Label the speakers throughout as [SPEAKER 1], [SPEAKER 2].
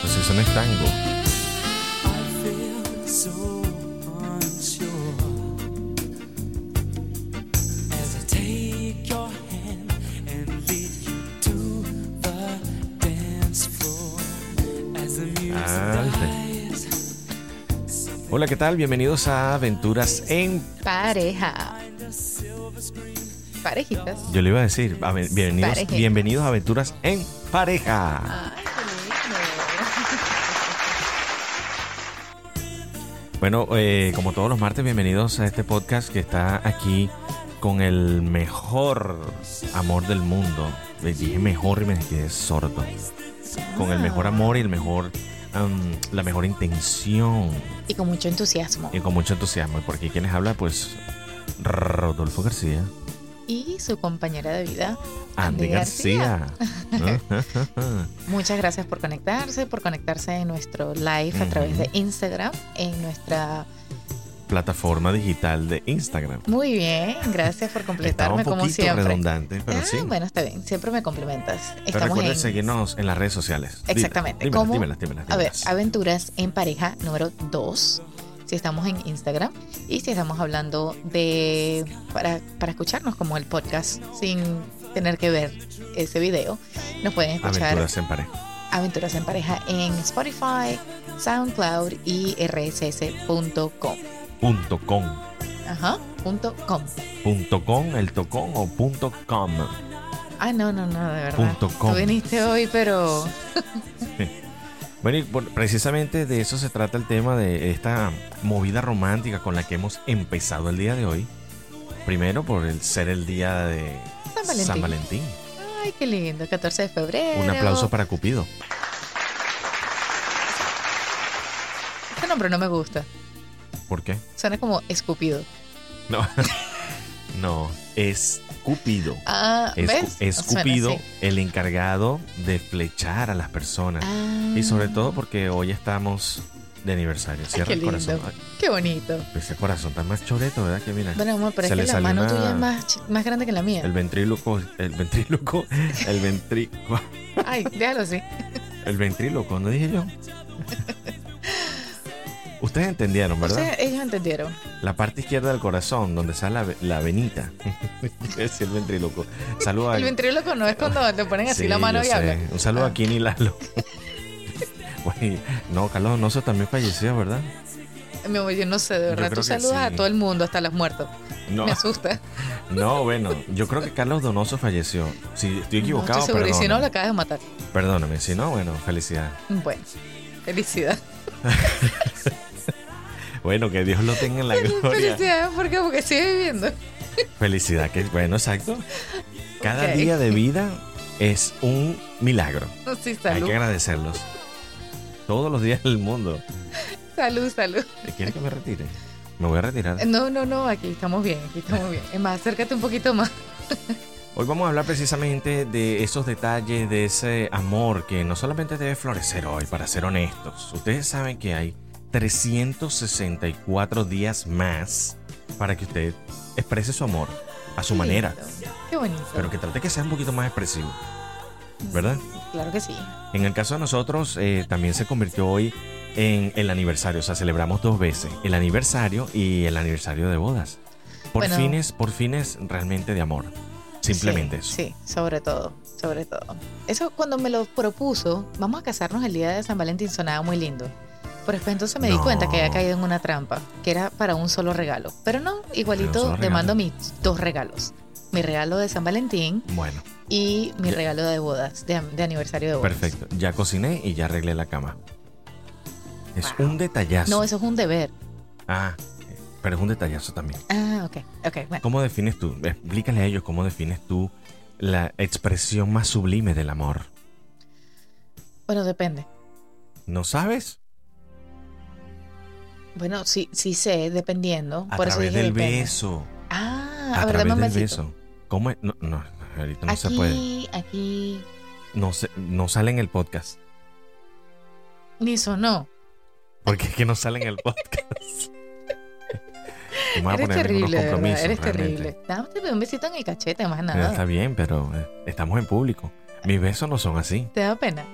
[SPEAKER 1] Pues tango. Ay, sí. Hola, ¿qué tal? Bienvenidos a Aventuras en...
[SPEAKER 2] Pareja. Parejitas.
[SPEAKER 1] Yo le iba a decir, a ver, bienvenidos,
[SPEAKER 2] Pareja. Ah.
[SPEAKER 1] bienvenidos a Aventuras en
[SPEAKER 2] Ay,
[SPEAKER 1] Pareja.
[SPEAKER 2] qué
[SPEAKER 1] Bueno, eh, como todos los martes, bienvenidos a este podcast que está aquí con el mejor amor del mundo. Les dije mejor y me quedé sordo. Con el
[SPEAKER 2] Ah.
[SPEAKER 1] mejor amor y el mejor, am, la mejor intención
[SPEAKER 2] lindo. Y con mucho entusiasmo.
[SPEAKER 1] y con mucho entusiasmo. Y por aquí quienes habla, pues Rodolfo García,
[SPEAKER 2] Y su compañera de vida,
[SPEAKER 1] Andy
[SPEAKER 2] Andy
[SPEAKER 1] García. ¿no?
[SPEAKER 2] Muchas gracias por conectarse, por conectarse en nuestro live a
[SPEAKER 1] Ujú.
[SPEAKER 2] través de Instagram, en nuestra...
[SPEAKER 1] Plataforma digital de Instagram.
[SPEAKER 2] Muy bien, gracias por
[SPEAKER 1] Estaba un
[SPEAKER 2] completarme como
[SPEAKER 1] poquito
[SPEAKER 2] siempre.
[SPEAKER 1] redundante, pero
[SPEAKER 2] Ah,
[SPEAKER 1] sí.
[SPEAKER 2] Bueno, está bien, siempre me complementas.
[SPEAKER 1] Pero
[SPEAKER 2] Estamos
[SPEAKER 1] recuerden
[SPEAKER 2] en...
[SPEAKER 1] seguirnos en las redes sociales. Dile-
[SPEAKER 2] Exactamente.
[SPEAKER 1] dímelas,
[SPEAKER 2] ¿Cómo?
[SPEAKER 1] dímelas, dímelas,
[SPEAKER 2] A ver,
[SPEAKER 1] dímelas.
[SPEAKER 2] aventuras en pareja número 2. Si estamos en Instagram y si estamos hablando de. Para, para escucharnos como el podcast sin tener que ver ese video, nos pueden escuchar Aventuras,
[SPEAKER 1] Aventuras en pareja.
[SPEAKER 2] en pareja en Spotify, SoundCloud y rss.com.
[SPEAKER 1] Punto com.
[SPEAKER 2] Ajá, punto com.
[SPEAKER 1] Punto com, el tocón o punto com.
[SPEAKER 2] Ah, no, no, no, de verdad.
[SPEAKER 1] Punto com.
[SPEAKER 2] Tú viniste hoy, pero.
[SPEAKER 1] Bueno, y por- precisamente de eso se trata el tema de esta movida romántica con la que hemos empezado el día de hoy. Primero por el ser el día de
[SPEAKER 2] San Valentín.
[SPEAKER 1] San Valentín.
[SPEAKER 2] Ay, qué lindo, 14 de febrero.
[SPEAKER 1] Un aplauso para Cupido.
[SPEAKER 2] Este nombre no me gusta.
[SPEAKER 1] ¿Por qué?
[SPEAKER 2] Suena como escupido.
[SPEAKER 1] No. no, es Cupido.
[SPEAKER 2] Ah,
[SPEAKER 1] Es,
[SPEAKER 2] ¿ves?
[SPEAKER 1] es
[SPEAKER 2] Suena
[SPEAKER 1] Cupido
[SPEAKER 2] así.
[SPEAKER 1] el encargado de flechar a las personas.
[SPEAKER 2] Ah,
[SPEAKER 1] Y sobre todo porque hoy estamos de aniversario. Cierra
[SPEAKER 2] qué
[SPEAKER 1] el corazón.
[SPEAKER 2] lindo. Qué bonito.
[SPEAKER 1] Ay, ese corazón está más choreto, ¿verdad? Que mira.
[SPEAKER 2] Bueno, amor, pero
[SPEAKER 1] Se
[SPEAKER 2] es
[SPEAKER 1] le
[SPEAKER 2] que la
[SPEAKER 1] salió
[SPEAKER 2] mano
[SPEAKER 1] una-
[SPEAKER 2] tuya es más, chi- más grande que la mía.
[SPEAKER 1] El ventríloco, el ventríloco, el ventríloco,
[SPEAKER 2] Ay, déjalo así.
[SPEAKER 1] el ventríloco, ¿no dije yo? Ustedes entendieron, ¿verdad?
[SPEAKER 2] Ustedes- ellos entendieron.
[SPEAKER 1] La parte izquierda del corazón, donde sale la, ve- la venita. es decir, el ventríloco. Saluda
[SPEAKER 2] El ventríloco no es cuando te ponen así
[SPEAKER 1] Sí,
[SPEAKER 2] la mano
[SPEAKER 1] yo
[SPEAKER 2] y
[SPEAKER 1] sé.
[SPEAKER 2] hablan.
[SPEAKER 1] Un saludo
[SPEAKER 2] Ah.
[SPEAKER 1] a Kini Lalo. Güey, no, Carlos Donoso también falleció, ¿verdad?
[SPEAKER 2] Mi amor, yo no sé, de
[SPEAKER 1] Yo
[SPEAKER 2] verdad.
[SPEAKER 1] creo
[SPEAKER 2] Tú
[SPEAKER 1] que
[SPEAKER 2] saludas
[SPEAKER 1] sí. Ah,
[SPEAKER 2] a todo el mundo, hasta los muertos.
[SPEAKER 1] No,
[SPEAKER 2] Me asusta.
[SPEAKER 1] no, bueno, yo creo que Carlos Donoso falleció. Si estoy equivocado,
[SPEAKER 2] no, estoy seguro. Y si no, lo
[SPEAKER 1] perdóname.
[SPEAKER 2] acabas de matar.
[SPEAKER 1] Perdóname, si no, bueno, felicidad.
[SPEAKER 2] Bueno, felicidad.
[SPEAKER 1] Bueno, que Dios lo tenga en la gloria.
[SPEAKER 2] Felicidad, ¿por qué? Porque sigue viviendo.
[SPEAKER 1] Felicidad, que bueno, exacto. Cada
[SPEAKER 2] Ok.
[SPEAKER 1] día de vida es un milagro.
[SPEAKER 2] Sí,
[SPEAKER 1] Hay
[SPEAKER 2] salud.
[SPEAKER 1] que agradecerlos. Todos los días del mundo.
[SPEAKER 2] Salud, salud.
[SPEAKER 1] ¿Quieres que me retire? Me voy a retirar.
[SPEAKER 2] No, no, no, aquí estamos bien, aquí estamos bien. Es más, acércate un poquito más.
[SPEAKER 1] Hoy vamos a hablar precisamente de esos detalles, de ese amor que no solamente debe florecer hoy, para ser honestos. Ustedes saben que hay 364 días más para que usted exprese su amor a su manera,
[SPEAKER 2] Lindo. Qué bonito.
[SPEAKER 1] pero que trate que sea un poquito más expresivo, ¿verdad?
[SPEAKER 2] Claro que sí.
[SPEAKER 1] En el caso de nosotros, eh, también se convirtió hoy en el aniversario. O sea, celebramos dos veces: el aniversario y el aniversario de bodas. Por
[SPEAKER 2] Bueno.
[SPEAKER 1] fines, por fines realmente de amor. Simplemente eso.
[SPEAKER 2] Sí, sí, sobre todo, sobre todo. Eso cuando me lo propuso, vamos a casarnos el día de San Valentín, sonaba muy lindo. Pero después entonces me di
[SPEAKER 1] No.
[SPEAKER 2] cuenta que había caído en una trampa, que era para un solo regalo. Pero no,
[SPEAKER 1] Pero un
[SPEAKER 2] igualito
[SPEAKER 1] solo
[SPEAKER 2] demando
[SPEAKER 1] regalo.
[SPEAKER 2] mis dos regalos. Mi regalo de San Valentín
[SPEAKER 1] Bueno,
[SPEAKER 2] y mi
[SPEAKER 1] Ya.
[SPEAKER 2] regalo de bodas, de, de aniversario de bodas.
[SPEAKER 1] perfecto. Ya cociné y ya arreglé la cama. Es
[SPEAKER 2] Wow.
[SPEAKER 1] un detallazo.
[SPEAKER 2] No, eso es un deber.
[SPEAKER 1] Ah, eh, pero es un detallazo también.
[SPEAKER 2] Ah, ok, ok, bueno.
[SPEAKER 1] ¿Cómo defines tú? Explícale a ellos cómo defines tú la expresión más sublime del amor.
[SPEAKER 2] Bueno, depende.
[SPEAKER 1] ¿No sabes?
[SPEAKER 2] Bueno, sí, sí sé, dependiendo.
[SPEAKER 1] A
[SPEAKER 2] Por eso
[SPEAKER 1] través
[SPEAKER 2] dije
[SPEAKER 1] del
[SPEAKER 2] depende.
[SPEAKER 1] beso.
[SPEAKER 2] Ah,
[SPEAKER 1] a
[SPEAKER 2] ver, dame
[SPEAKER 1] través
[SPEAKER 2] un
[SPEAKER 1] del
[SPEAKER 2] besito.
[SPEAKER 1] beso. ¿Cómo es? No, no, ahorita no
[SPEAKER 2] aquí,
[SPEAKER 1] se puede.
[SPEAKER 2] aquí,
[SPEAKER 1] No, se, no sale en el podcast.
[SPEAKER 2] ni sonó.
[SPEAKER 1] Porque es que no sale en el podcast. Me voy a
[SPEAKER 2] Eres
[SPEAKER 1] poner en unos
[SPEAKER 2] terrible, de verdad,
[SPEAKER 1] compromisos,
[SPEAKER 2] eres
[SPEAKER 1] realmente.
[SPEAKER 2] terrible. Dame un besito en el cachete, más
[SPEAKER 1] Pero Está
[SPEAKER 2] nada.
[SPEAKER 1] bien, pero eh, estamos en público. Mis besos no son así.
[SPEAKER 2] Te da pena.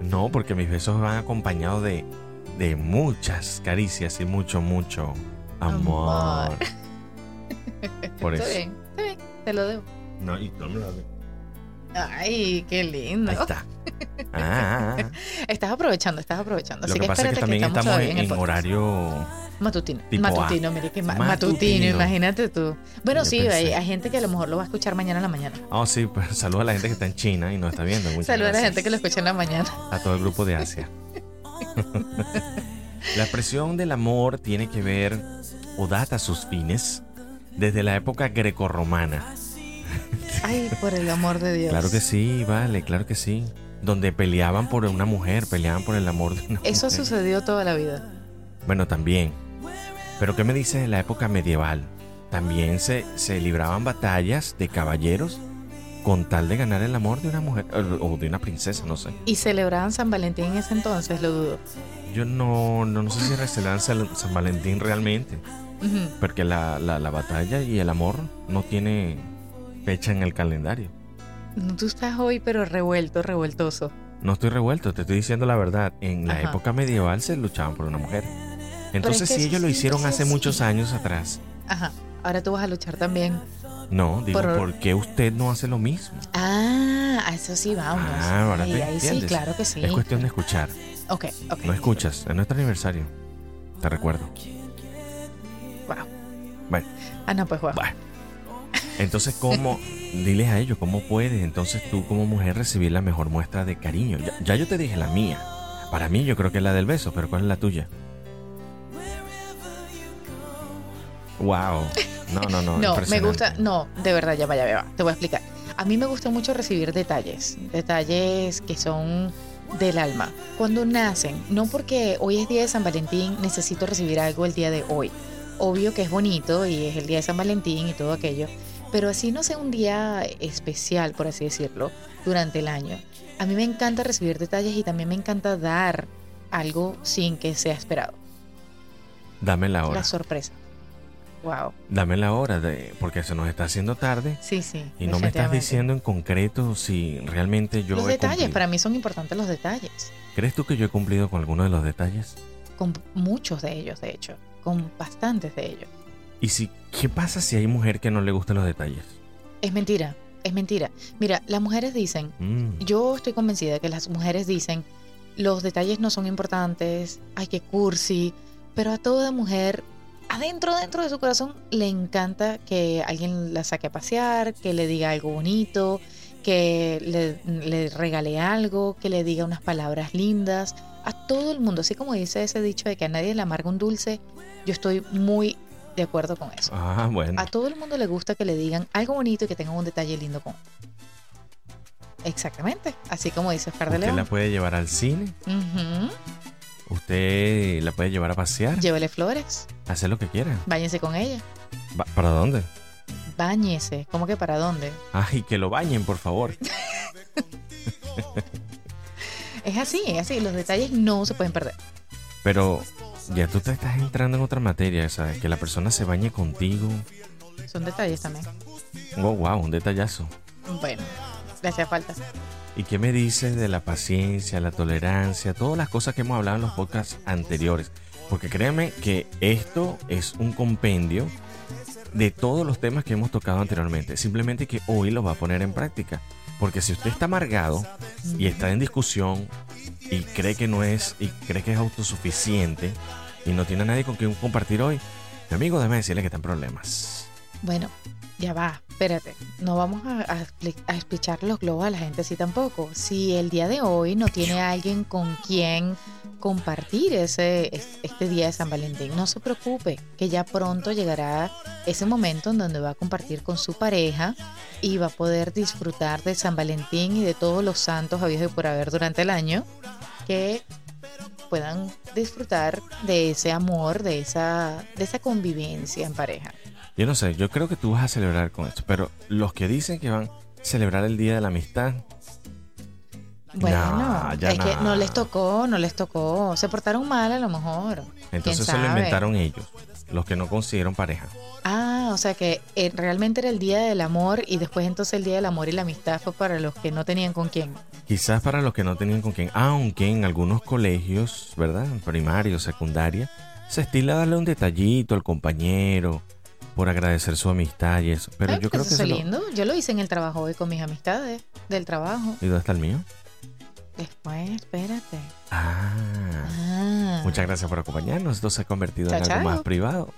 [SPEAKER 1] No, porque mis besos van acompañados de, de muchas caricias y mucho, mucho amor.
[SPEAKER 2] Amor.
[SPEAKER 1] Por
[SPEAKER 2] Está
[SPEAKER 1] eso.
[SPEAKER 2] bien, está bien, te lo debo.
[SPEAKER 1] No, y no me lo-
[SPEAKER 2] Ay, qué lindo.
[SPEAKER 1] Ahí está. Ah, ah, ah.
[SPEAKER 2] Estás aprovechando, estás aprovechando.
[SPEAKER 1] Lo
[SPEAKER 2] Así
[SPEAKER 1] que pasa es
[SPEAKER 2] espérate
[SPEAKER 1] que también
[SPEAKER 2] estamos
[SPEAKER 1] estamos
[SPEAKER 2] todavía
[SPEAKER 1] en,
[SPEAKER 2] el
[SPEAKER 1] en
[SPEAKER 2] podcast.
[SPEAKER 1] horario.
[SPEAKER 2] Matutino.
[SPEAKER 1] Tipo A.
[SPEAKER 2] matutino, mire que ma- matutino.
[SPEAKER 1] Matutino.
[SPEAKER 2] imagínate tú. Bueno,
[SPEAKER 1] Yo
[SPEAKER 2] sí,
[SPEAKER 1] pensé.
[SPEAKER 2] hay, hay gente que a lo mejor lo va a escuchar mañana en la mañana.
[SPEAKER 1] Ah, sí, pues saluda a la gente que está en China y nos está viendo. Muchas
[SPEAKER 2] Saludos a la
[SPEAKER 1] gracias.
[SPEAKER 2] gente que lo escucha en la mañana.
[SPEAKER 1] a todo el grupo de Asia. la expresión del amor tiene que ver o data sus fines desde la época grecorromana.
[SPEAKER 2] Ay, por el amor de Dios.
[SPEAKER 1] Claro que sí, vale, claro que sí. Donde peleaban por una mujer, peleaban por el amor de una
[SPEAKER 2] Eso ha
[SPEAKER 1] mujer.
[SPEAKER 2] sucedido toda la vida.
[SPEAKER 1] Bueno, también. Pero ¿qué me dices de la época medieval? También se, se libraban batallas de caballeros con tal de ganar el amor de una mujer o o de una princesa, no sé.
[SPEAKER 2] Y celebraban San Valentín en ese entonces, lo dudo.
[SPEAKER 1] Yo no, no, no sé si recelán San San Valentín realmente.
[SPEAKER 2] Ujú.
[SPEAKER 1] Porque la, la- la batalla y el amor no tiene fecha en el calendario.
[SPEAKER 2] No, Tú estás hoy, pero revuelto, revueltoso.
[SPEAKER 1] No estoy revuelto, te estoy diciendo la verdad. En la
[SPEAKER 2] Ajá.
[SPEAKER 1] época medieval se luchaban por una mujer. Entonces,
[SPEAKER 2] que
[SPEAKER 1] si
[SPEAKER 2] eso
[SPEAKER 1] ellos lo
[SPEAKER 2] siempre
[SPEAKER 1] hicieron
[SPEAKER 2] fue
[SPEAKER 1] hace
[SPEAKER 2] así.
[SPEAKER 1] muchos años atrás,
[SPEAKER 2] Ajá. Ahora tú vas a luchar también.
[SPEAKER 1] no, digo,
[SPEAKER 2] Por-
[SPEAKER 1] ¿por qué usted no hace lo mismo?
[SPEAKER 2] Ah, a eso sí, vamos.
[SPEAKER 1] Ah, ahora
[SPEAKER 2] Ahí-
[SPEAKER 1] te
[SPEAKER 2] ahí sí,
[SPEAKER 1] entiendes.
[SPEAKER 2] claro que sí.
[SPEAKER 1] Es cuestión de escuchar.
[SPEAKER 2] Ok, ok.
[SPEAKER 1] No escuchas, es nuestro aniversario. Te recuerdo.
[SPEAKER 2] Ah, no, pues bueno.
[SPEAKER 1] Bueno. Entonces, ¿cómo? Diles a ellos, ¿cómo puedes entonces tú como mujer recibir la mejor muestra de cariño? Ya, ya yo te dije la mía. Para mí yo creo que es la del beso, pero ¿cuál es la tuya? Wow. No, no, no.
[SPEAKER 2] No, me
[SPEAKER 1] impresionante.
[SPEAKER 2] gusta, no, de verdad, ya vaya, ya va, te voy a explicar. A mí me gusta mucho recibir detalles, detalles que son del alma. Cuando nacen, no porque hoy es día de San Valentín, necesito recibir algo el día de hoy. Obvio que es bonito y es el día de San Valentín y todo aquello, pero así no sea un día especial, por así decirlo, durante el año. A mí me encanta recibir detalles y también me encanta dar algo sin que sea esperado.
[SPEAKER 1] Dame la hora.
[SPEAKER 2] La sorpresa. Wow.
[SPEAKER 1] Dame la hora, de, porque se nos está haciendo tarde
[SPEAKER 2] Sí, sí.
[SPEAKER 1] y no me estás
[SPEAKER 2] definitivamente.
[SPEAKER 1] diciendo en concreto si realmente yo...
[SPEAKER 2] los
[SPEAKER 1] he
[SPEAKER 2] detalles,
[SPEAKER 1] cumplido.
[SPEAKER 2] para mí son importantes los detalles,
[SPEAKER 1] ¿Crees tú que yo he cumplido con alguno de los detalles?
[SPEAKER 2] con muchos de ellos, de hecho, con bastantes de ellos.
[SPEAKER 1] ¿Y si qué pasa si hay mujer que no le gustan los detalles?
[SPEAKER 2] Es mentira, es mentira. Mira, las mujeres dicen,
[SPEAKER 1] Mm.
[SPEAKER 2] yo estoy convencida de que las mujeres dicen, los detalles no son importantes, hay que cursi, pero a toda mujer, adentro, dentro de su corazón, le encanta que alguien la saque a pasear, que le diga algo bonito, que le, le regale algo, que le diga unas palabras lindas. A todo el mundo, así como dice ese dicho de que a nadie le amarga un dulce, yo estoy muy de acuerdo con eso.
[SPEAKER 1] Ah, bueno.
[SPEAKER 2] A todo el mundo le gusta que le digan algo bonito y que tengan un detalle lindo con. Exactamente, así como dice Oscar de
[SPEAKER 1] Usted
[SPEAKER 2] León.
[SPEAKER 1] la puede llevar al cine,
[SPEAKER 2] Ujú.
[SPEAKER 1] usted la puede llevar a pasear,
[SPEAKER 2] Llévele flores,
[SPEAKER 1] hacer lo que quiera.
[SPEAKER 2] báñese con ella,
[SPEAKER 1] Va- ¿Para dónde?
[SPEAKER 2] báñese, ¿cómo que para dónde?
[SPEAKER 1] Ay, que lo bañen, por favor.
[SPEAKER 2] Es así, es así, los detalles no se pueden perder.
[SPEAKER 1] Pero ya tú te estás entrando en otra materia, ¿sabes? Que la persona se bañe contigo.
[SPEAKER 2] Son detalles también.
[SPEAKER 1] Wow, wow, un detallazo.
[SPEAKER 2] Bueno, le hacía falta.
[SPEAKER 1] ¿Y qué me dices de la paciencia, la tolerancia, todas las cosas que hemos hablado en los podcasts anteriores? Porque créanme que esto es un compendio de todos los temas que hemos tocado anteriormente. Simplemente que hoy lo va a poner en práctica. Porque si usted está amargado y está en discusión y cree que no es, y cree que es autosuficiente y no tiene a nadie con quien compartir hoy, mi amigo, déjame decirle que están problemas.
[SPEAKER 2] Bueno, ya va, espérate. No vamos a, a, expli- a espichar los globos a la gente así tampoco. Si el día de hoy no tiene alguien con quien compartir ese, es- este día de San Valentín, no se preocupe, que ya pronto llegará ese momento en donde va a compartir con su pareja y va a poder disfrutar de San Valentín y de todos los santos habidos y por haber durante el año que puedan disfrutar de ese amor, de esa, de esa convivencia en pareja.
[SPEAKER 1] Yo no sé, yo creo que tú vas a celebrar con esto, pero los que dicen que van a celebrar el Día de la Amistad,
[SPEAKER 2] Bueno,
[SPEAKER 1] Nah, ya
[SPEAKER 2] es que
[SPEAKER 1] nah.
[SPEAKER 2] no les tocó, no les tocó. Se portaron mal a lo mejor.
[SPEAKER 1] Entonces
[SPEAKER 2] ¿Quién
[SPEAKER 1] se lo
[SPEAKER 2] sabe?
[SPEAKER 1] inventaron ellos, los que no consiguieron pareja.
[SPEAKER 2] Ah, Ah, o sea que eh, realmente era el día del amor y después entonces el día del amor y la amistad fue para los que no tenían con quién.
[SPEAKER 1] Quizás para los que no tenían con quién, aunque en algunos colegios, ¿verdad? En primario, secundaria, se estila darle un detallito al compañero por agradecer su amistad y eso. Pero
[SPEAKER 2] Ay, pues
[SPEAKER 1] yo creo que
[SPEAKER 2] eso es
[SPEAKER 1] se lo-
[SPEAKER 2] lindo. Yo lo hice en el trabajo hoy con mis amistades del trabajo.
[SPEAKER 1] ¿Y dónde está el mío?
[SPEAKER 2] Después, espérate.
[SPEAKER 1] Ah.
[SPEAKER 2] Ah.
[SPEAKER 1] Muchas gracias por acompañarnos. Esto se ha convertido en
[SPEAKER 2] Chachao.
[SPEAKER 1] algo más privado.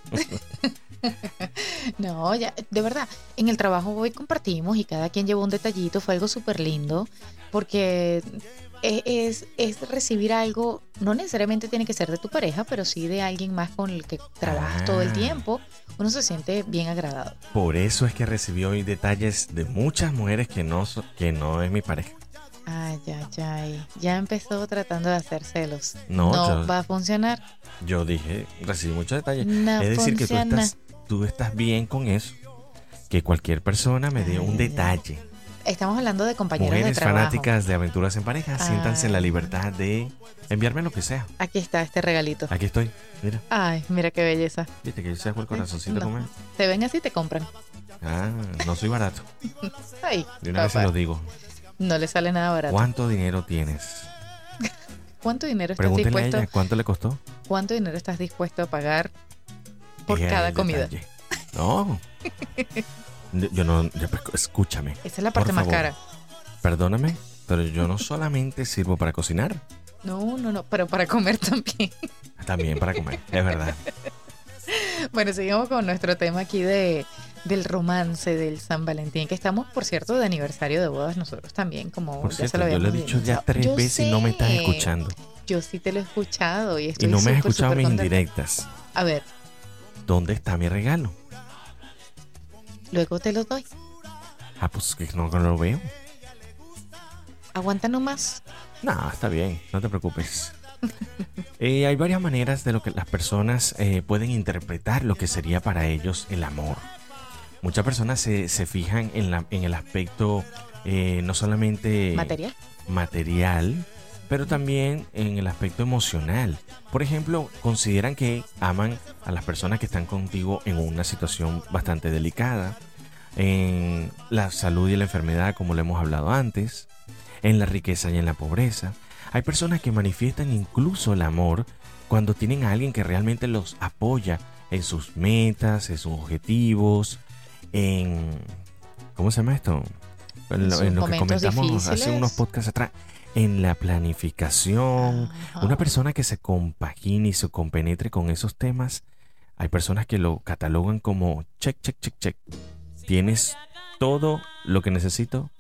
[SPEAKER 2] No, ya, de verdad, en el trabajo hoy compartimos y cada quien llevó un detallito, fue algo súper lindo, porque es, es- es recibir algo, no necesariamente tiene que ser de tu pareja, pero sí de alguien más con el que trabajas todo el
[SPEAKER 1] Ah.
[SPEAKER 2] tiempo, uno se siente bien agradado.
[SPEAKER 1] Por eso es que recibí hoy detalles de muchas mujeres que no, so- que no es mi pareja.
[SPEAKER 2] Ay, ay, ay, ya empezó tratando de hacer celos.
[SPEAKER 1] No,
[SPEAKER 2] no
[SPEAKER 1] yo-
[SPEAKER 2] va a funcionar,
[SPEAKER 1] Yo dije, recibí muchos detalles.
[SPEAKER 2] no
[SPEAKER 1] es decir, que tú
[SPEAKER 2] Ah, funciona.
[SPEAKER 1] estás, tú estás bien con eso. Que cualquier persona me dé
[SPEAKER 2] Ay,
[SPEAKER 1] un
[SPEAKER 2] ay.
[SPEAKER 1] detalle.
[SPEAKER 2] Estamos hablando de compañeros de
[SPEAKER 1] Mujeres
[SPEAKER 2] trabajo. Ah.
[SPEAKER 1] fanáticas de aventuras en pareja, siéntanse en la
[SPEAKER 2] Ay.
[SPEAKER 1] libertad de enviarme lo que sea.
[SPEAKER 2] Aquí está este regalito.
[SPEAKER 1] Aquí estoy. Mira,
[SPEAKER 2] Ay, mira qué belleza.
[SPEAKER 1] viste que yo saco el corazoncito
[SPEAKER 2] No.
[SPEAKER 1] con él.
[SPEAKER 2] Te ven así, te compran.
[SPEAKER 1] Ah, no soy barato.
[SPEAKER 2] Ay,
[SPEAKER 1] De una vez se
[SPEAKER 2] papá.
[SPEAKER 1] lo digo.
[SPEAKER 2] No le sale nada barato.
[SPEAKER 1] ¿Cuánto dinero tienes?
[SPEAKER 2] ¿Cuánto dinero estás
[SPEAKER 1] Pregúntenle a
[SPEAKER 2] dispuesto?
[SPEAKER 1] ella cuánto le costó.
[SPEAKER 2] ¿Cuánto dinero estás dispuesto a pagar por
[SPEAKER 1] Ella,
[SPEAKER 2] cada
[SPEAKER 1] el
[SPEAKER 2] comida?
[SPEAKER 1] detalle. No. Yo no. yo- pues, escúchame.
[SPEAKER 2] Esa es la parte
[SPEAKER 1] Por
[SPEAKER 2] más
[SPEAKER 1] favor.
[SPEAKER 2] cara.
[SPEAKER 1] Perdóname, pero yo no solamente sirvo para cocinar,
[SPEAKER 2] No, no, no, pero para comer también.
[SPEAKER 1] también para comer. Es verdad.
[SPEAKER 2] Bueno, seguimos con nuestro tema aquí de del romance del San Valentín, que estamos, por cierto, de aniversario de bodas nosotros también, como
[SPEAKER 1] Por
[SPEAKER 2] ya se
[SPEAKER 1] cierto,
[SPEAKER 2] lo
[SPEAKER 1] yo lo he
[SPEAKER 2] habíamos
[SPEAKER 1] dicho ya
[SPEAKER 2] dicho.
[SPEAKER 1] tres
[SPEAKER 2] Yo
[SPEAKER 1] veces y no me estás
[SPEAKER 2] sé.
[SPEAKER 1] escuchando.
[SPEAKER 2] Yo sí te lo he escuchado y
[SPEAKER 1] Y
[SPEAKER 2] estoy
[SPEAKER 1] no me has
[SPEAKER 2] súper,
[SPEAKER 1] escuchado
[SPEAKER 2] súper
[SPEAKER 1] mis
[SPEAKER 2] contenta.
[SPEAKER 1] indirectas.
[SPEAKER 2] A ver,
[SPEAKER 1] ¿Dónde está mi regalo?
[SPEAKER 2] luego te lo doy.
[SPEAKER 1] Ah, pues que no, no lo veo.
[SPEAKER 2] Aguanta nomás.
[SPEAKER 1] No, está bien, no te preocupes. Eh, hay varias maneras de lo que las personas eh, pueden interpretar lo que sería para ellos el amor. Muchas personas se, se fijan en, la, en el aspecto eh, no solamente
[SPEAKER 2] Material.
[SPEAKER 1] material, pero también en el aspecto emocional. Por ejemplo, consideran que aman a las personas que están contigo en una situación bastante delicada, en la salud y la enfermedad, como lo hemos hablado antes, en la riqueza y en la pobreza. Hay personas que manifiestan incluso el amor cuando tienen a alguien que realmente los apoya en sus metas, en sus objetivos, en... ¿Cómo se llama esto? En lo,
[SPEAKER 2] sus
[SPEAKER 1] en lo que
[SPEAKER 2] momentos
[SPEAKER 1] comentamos hace
[SPEAKER 2] difíciles.
[SPEAKER 1] unos podcasts atrás, en la planificación,
[SPEAKER 2] Ajá.
[SPEAKER 1] una persona que se compagine y se compenetre con esos temas, hay personas que lo catalogan como check, check, check, check. Tienes todo lo que necesito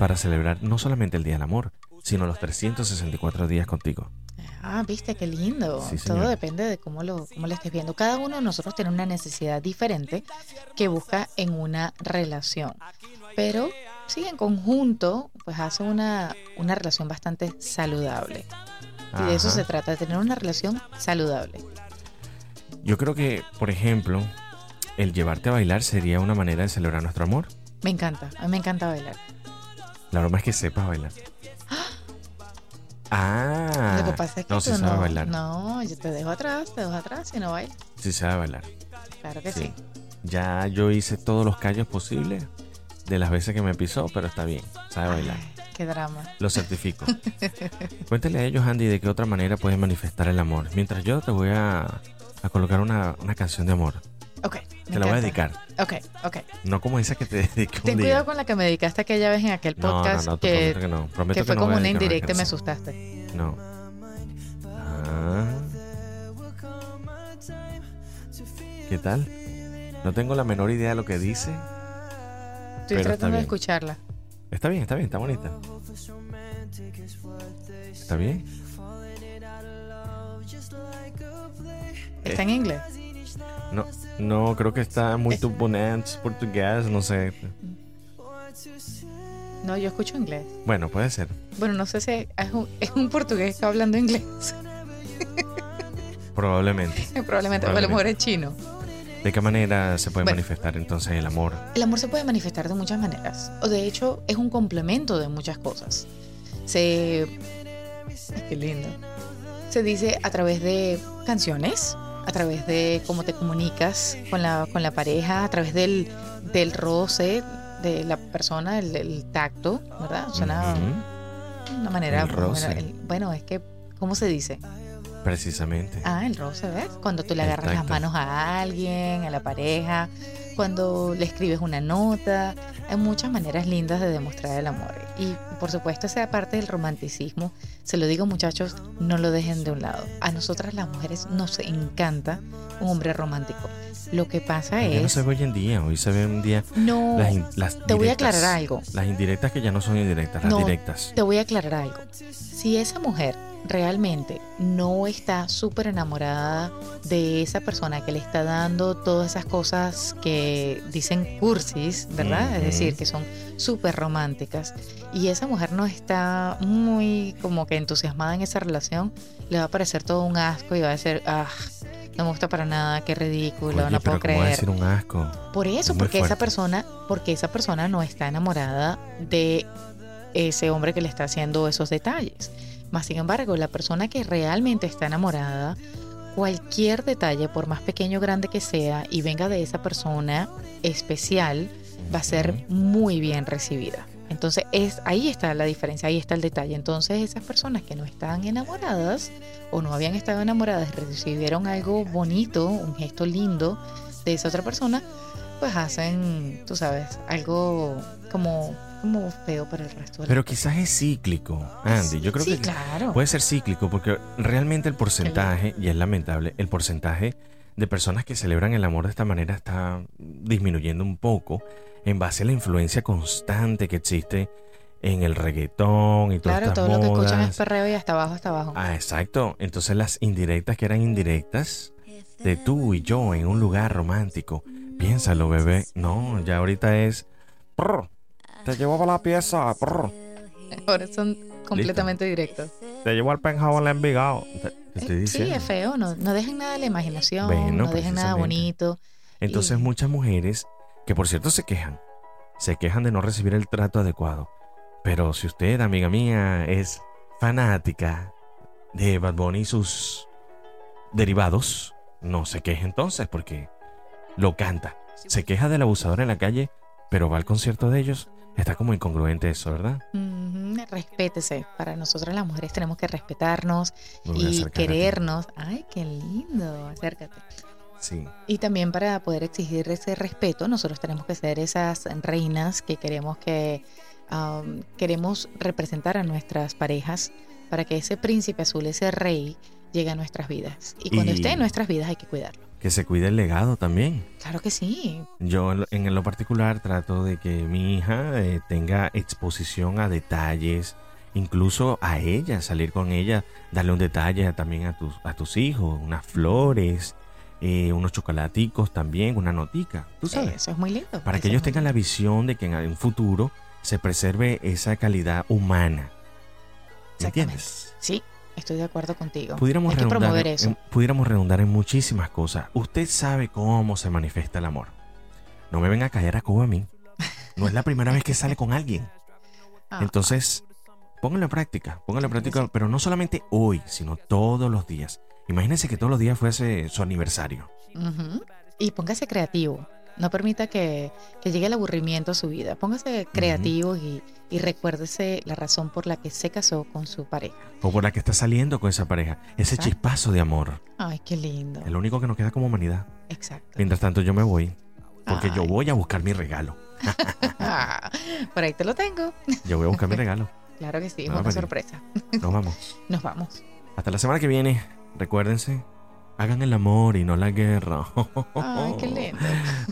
[SPEAKER 1] para celebrar no solamente el Día del Amor, sino los 364 días contigo.
[SPEAKER 2] Ah, viste qué lindo.
[SPEAKER 1] Sí, señor.
[SPEAKER 2] Todo depende de cómo lo, cómo lo estés viendo. Cada uno de nosotros tiene una necesidad diferente que busca en una relación. Pero sí, en conjunto, pues hace una, una relación bastante saludable. Y de eso
[SPEAKER 1] Ajá.
[SPEAKER 2] se trata, de tener una relación saludable.
[SPEAKER 1] Yo creo que, por ejemplo, el llevarte a bailar sería una manera de celebrar nuestro amor.
[SPEAKER 2] Me encanta, a mí me encanta bailar.
[SPEAKER 1] La broma es que sepas bailar. Ah,
[SPEAKER 2] lo que pasa es que
[SPEAKER 1] no,
[SPEAKER 2] tú
[SPEAKER 1] sí sabe
[SPEAKER 2] no,
[SPEAKER 1] bailar.
[SPEAKER 2] no, yo te dejo atrás, te dejo atrás y no bailas.
[SPEAKER 1] sí sabe bailar.
[SPEAKER 2] Claro que
[SPEAKER 1] Sí.
[SPEAKER 2] sí.
[SPEAKER 1] Ya yo hice todos los callos posibles de las veces que me pisó, pero está bien, sabe bailar.
[SPEAKER 2] Ay, qué drama.
[SPEAKER 1] Lo certifico. Cuéntale a ellos, Andy, de qué otra manera puedes manifestar el amor. Mientras yo te voy a, a colocar una, una canción de amor.
[SPEAKER 2] Ok.
[SPEAKER 1] Te la voy a dedicar.
[SPEAKER 2] Ok, ok.
[SPEAKER 1] No como esa que te dediqué un
[SPEAKER 2] Ten
[SPEAKER 1] día.
[SPEAKER 2] cuidado con la que me dedicaste aquella vez en aquel
[SPEAKER 1] no, no,
[SPEAKER 2] podcast
[SPEAKER 1] no, te
[SPEAKER 2] que,
[SPEAKER 1] prometo que no. Prometo
[SPEAKER 2] que fue
[SPEAKER 1] no
[SPEAKER 2] como
[SPEAKER 1] voy a
[SPEAKER 2] una
[SPEAKER 1] dedicar
[SPEAKER 2] indirecta y me
[SPEAKER 1] canción.
[SPEAKER 2] asustaste.
[SPEAKER 1] No. Ah. ¿Qué tal? No tengo la menor idea de lo que dice.
[SPEAKER 2] Estoy
[SPEAKER 1] Pero está
[SPEAKER 2] tratando de
[SPEAKER 1] bien.
[SPEAKER 2] escucharla.
[SPEAKER 1] Está bien, está bien, está bonita. ¿Está bien?
[SPEAKER 2] Está en inglés.
[SPEAKER 1] No, no, creo que está muy turbulento, portugués, no sé.
[SPEAKER 2] No, yo escucho inglés.
[SPEAKER 1] Bueno, puede ser.
[SPEAKER 2] Bueno, no sé si es un, es un portugués que va hablando inglés.
[SPEAKER 1] Probablemente.
[SPEAKER 2] Probablemente, o a lo mejor es chino.
[SPEAKER 1] ¿De qué manera se puede
[SPEAKER 2] Bueno.
[SPEAKER 1] manifestar entonces el amor?
[SPEAKER 2] El amor se puede manifestar de muchas maneras. O de hecho, es un complemento de muchas cosas. Se. Ay, qué lindo. Se dice a través de canciones, a través de cómo te comunicas con la, con la pareja, a través del, del roce de la persona, el, el tacto, ¿verdad? Suena una manera...
[SPEAKER 1] El roce.
[SPEAKER 2] manera- el- bueno, es que, ¿cómo se dice?
[SPEAKER 1] Ujú, Precisamente.
[SPEAKER 2] Ah, el roce, ¿ves? Cuando tú le agarras las
[SPEAKER 1] Exacto.
[SPEAKER 2] manos a alguien, a la pareja, cuando le escribes una nota. Hay muchas maneras lindas de demostrar el amor. Y por supuesto, esa parte del romanticismo, se lo digo muchachos, no lo dejen de un lado. A nosotras las mujeres nos encanta un hombre romántico. Lo que pasa
[SPEAKER 1] Ya no
[SPEAKER 2] Ah, es...
[SPEAKER 1] se ve hoy en día. Hoy se ve un día
[SPEAKER 2] No,
[SPEAKER 1] las, in- las
[SPEAKER 2] te voy a
[SPEAKER 1] directas.
[SPEAKER 2] aclarar algo.
[SPEAKER 1] Las indirectas que ya no son indirectas, las
[SPEAKER 2] No.
[SPEAKER 1] directas.
[SPEAKER 2] Te voy a aclarar algo. Si esa mujer realmente no está súper enamorada de esa persona que le está dando todas esas cosas que dicen cursis, ¿verdad? Es
[SPEAKER 1] Ujú.
[SPEAKER 2] decir, que son súper románticas. Y esa mujer no está muy como que entusiasmada en esa relación, le va a parecer todo un asco y va a decir, ah, no me gusta para nada, qué ridículo,
[SPEAKER 1] Oye,
[SPEAKER 2] no
[SPEAKER 1] pero
[SPEAKER 2] puedo
[SPEAKER 1] ¿cómo va a
[SPEAKER 2] creer.
[SPEAKER 1] decir un asco?
[SPEAKER 2] Por eso,
[SPEAKER 1] Muy
[SPEAKER 2] porque
[SPEAKER 1] fuerte.
[SPEAKER 2] esa persona, porque esa persona no está enamorada de ese hombre que le está haciendo esos detalles. Más sin embargo, la persona que realmente está enamorada, cualquier detalle, por más pequeño o grande que sea, y venga de esa persona especial, va a ser
[SPEAKER 1] Ujú.
[SPEAKER 2] muy bien recibida. Entonces, es, ahí está la diferencia, ahí está el detalle. Entonces, esas personas que no estaban enamoradas o no habían estado enamoradas, recibieron algo bonito, un gesto lindo de esa otra persona, pues hacen, tú sabes, algo como, como feo para el resto de la
[SPEAKER 1] Pero quizás es cíclico, Andy. Yo creo
[SPEAKER 2] sí,
[SPEAKER 1] que
[SPEAKER 2] claro.
[SPEAKER 1] puede ser cíclico porque realmente el porcentaje, y es lamentable, el porcentaje de personas que celebran el amor de esta manera está disminuyendo un poco en base a la influencia constante que existe en el reggaetón y todas
[SPEAKER 2] claro,
[SPEAKER 1] estas
[SPEAKER 2] todo lo que escuchan es
[SPEAKER 1] modas.
[SPEAKER 2] perreo y hasta abajo, hasta abajo.
[SPEAKER 1] Ah, exacto. Entonces las indirectas que eran indirectas de tú y yo en un lugar romántico. Piénsalo, bebé. No, ya ahorita es... "Prr, te llevo para la pieza. prr,
[SPEAKER 2] Ahora son completamente directos.
[SPEAKER 1] te llevo al penjado en la Envigado. Te- te estoy
[SPEAKER 2] Eh, Sí,
[SPEAKER 1] diciendo.
[SPEAKER 2] es feo, no, no dejen nada a la imaginación,
[SPEAKER 1] Bueno, pues
[SPEAKER 2] no dejen nada
[SPEAKER 1] precisamente.
[SPEAKER 2] bonito.
[SPEAKER 1] Entonces
[SPEAKER 2] Y-
[SPEAKER 1] muchas mujeres, que por cierto se quejan, se quejan de no recibir el trato adecuado. Pero si usted, amiga mía, es fanática de Bad Bunny y sus derivados, no se queje entonces porque lo canta.
[SPEAKER 2] pues.
[SPEAKER 1] Se queja del abusador en la calle, pero va al concierto de ellos. Está como incongruente eso, ¿verdad?
[SPEAKER 2] Ujú, Respétese. Para nosotras las mujeres tenemos que respetarnos
[SPEAKER 1] Me voy a
[SPEAKER 2] y
[SPEAKER 1] acercar a ti.
[SPEAKER 2] querernos. Ay, qué lindo. Acércate.
[SPEAKER 1] Sí.
[SPEAKER 2] Y también para poder exigir ese respeto, nosotros tenemos que ser esas reinas que queremos que am, queremos representar a nuestras parejas para que ese príncipe azul, ese rey, llegue a nuestras vidas. Y cuando
[SPEAKER 1] Y-
[SPEAKER 2] esté en nuestras vidas hay que cuidarlo.
[SPEAKER 1] Que se cuide el legado también.
[SPEAKER 2] Claro que sí.
[SPEAKER 1] Yo en lo- en lo particular trato de que mi hija eh, tenga exposición a detalles, incluso a ella, salir con ella, darle un detalle también a tus, a tus hijos, unas flores, eh, unos chocolaticos también, una notica, tú sabes.
[SPEAKER 2] Eso es muy lindo.
[SPEAKER 1] para que
[SPEAKER 2] Eso es
[SPEAKER 1] ellos
[SPEAKER 2] muy
[SPEAKER 1] tengan la visión de que en un futuro se preserve esa calidad humana. ¿Me
[SPEAKER 2] Exactamente.
[SPEAKER 1] entiendes?
[SPEAKER 2] Sí, estoy de acuerdo contigo.
[SPEAKER 1] Pudiéramos
[SPEAKER 2] Hay que
[SPEAKER 1] redundar,
[SPEAKER 2] promover
[SPEAKER 1] en-
[SPEAKER 2] eso.
[SPEAKER 1] en- pudiéramos redundar en muchísimas cosas. Usted sabe cómo se manifiesta el amor. No me venga a caer a Cuba a mí. No es la primera vez que sale con alguien.
[SPEAKER 2] Ah,
[SPEAKER 1] Entonces, póngalo en práctica. Póngalo en
[SPEAKER 2] Claro que
[SPEAKER 1] práctica,
[SPEAKER 2] sí.
[SPEAKER 1] pero no solamente hoy, sino todos los días. Imagínense que todos los días fuese su aniversario.
[SPEAKER 2] ujú. Y póngase creativo. No permita que, que llegue el aburrimiento a su vida. Póngase creativo y, y recuérdese la razón por la que se casó con su pareja.
[SPEAKER 1] O por la que está saliendo con esa pareja. Ese
[SPEAKER 2] Exacto.
[SPEAKER 1] chispazo de amor.
[SPEAKER 2] Ay, qué lindo.
[SPEAKER 1] Es lo único que nos queda como humanidad.
[SPEAKER 2] Exacto.
[SPEAKER 1] Mientras tanto, yo me voy. Porque yo
[SPEAKER 2] Ay.
[SPEAKER 1] voy a buscar mi regalo.
[SPEAKER 2] Ah, por ahí te lo tengo.
[SPEAKER 1] Yo voy a buscar mi regalo.
[SPEAKER 2] Claro que sí,
[SPEAKER 1] No,
[SPEAKER 2] una
[SPEAKER 1] Ah, vale.
[SPEAKER 2] sorpresa.
[SPEAKER 1] Nos vamos.
[SPEAKER 2] Nos vamos.
[SPEAKER 1] Hasta la semana que viene, recuérdense, hagan el amor y no la guerra. Oh,
[SPEAKER 2] Ay, qué lindo.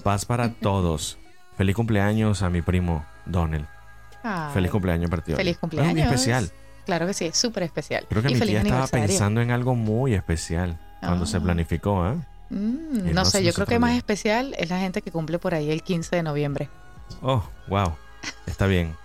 [SPEAKER 1] Paz para todos. Feliz cumpleaños a mi primo Donald.
[SPEAKER 2] Ay,
[SPEAKER 1] Feliz cumpleaños para ti. hoy.
[SPEAKER 2] feliz
[SPEAKER 1] Algo muy
[SPEAKER 2] cumpleaños.
[SPEAKER 1] especial.
[SPEAKER 2] Ah, Claro que sí, es súper especial.
[SPEAKER 1] Creo que
[SPEAKER 2] y
[SPEAKER 1] mi
[SPEAKER 2] feliz
[SPEAKER 1] tía estaba
[SPEAKER 2] aniversario.
[SPEAKER 1] pensando en algo muy especial cuando se
[SPEAKER 2] Ah.
[SPEAKER 1] planificó, ¿eh?
[SPEAKER 2] Mm,
[SPEAKER 1] Y
[SPEAKER 2] no
[SPEAKER 1] no se
[SPEAKER 2] sé,
[SPEAKER 1] nos
[SPEAKER 2] yo creo que más
[SPEAKER 1] sorprendió.
[SPEAKER 2] especial es la gente que cumple por ahí el 15 de noviembre.
[SPEAKER 1] Oh, wow. Está bien.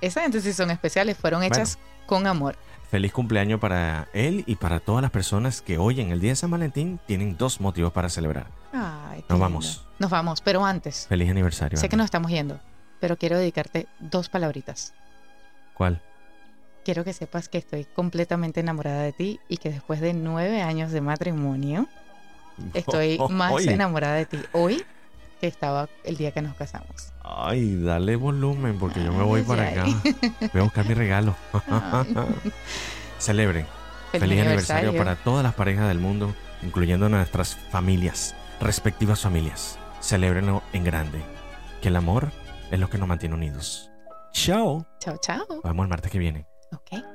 [SPEAKER 2] Esa gente sí son especiales, fueron hechas con amor.
[SPEAKER 1] Feliz cumpleaños para él y para todas las personas que hoy en el día de San Valentín tienen dos motivos para celebrar.
[SPEAKER 2] Ay, qué
[SPEAKER 1] Nos
[SPEAKER 2] lindo.
[SPEAKER 1] vamos.
[SPEAKER 2] Nos vamos, pero antes,
[SPEAKER 1] Feliz aniversario.
[SPEAKER 2] sé que
[SPEAKER 1] Ana.
[SPEAKER 2] nos estamos yendo, pero quiero dedicarte dos palabritas.
[SPEAKER 1] ¿Cuál?
[SPEAKER 2] Quiero que sepas que estoy completamente enamorada de ti y que después de nueve años de matrimonio, Estoy más
[SPEAKER 1] Oye.
[SPEAKER 2] enamorada de ti hoy que estaba el día que nos casamos.
[SPEAKER 1] Ay, dale volumen porque yo me voy
[SPEAKER 2] Ay,
[SPEAKER 1] para
[SPEAKER 2] ay.
[SPEAKER 1] acá. Voy a buscar mi regalo. Celebren. Feliz, aniversario, para todas las parejas del mundo, incluyendo nuestras familias, respectivas familias. Celébrenlo en grande. Que el amor es lo que nos mantiene unidos. Chao.
[SPEAKER 2] Chao, chao.
[SPEAKER 1] Nos vemos el martes que viene.
[SPEAKER 2] Ok.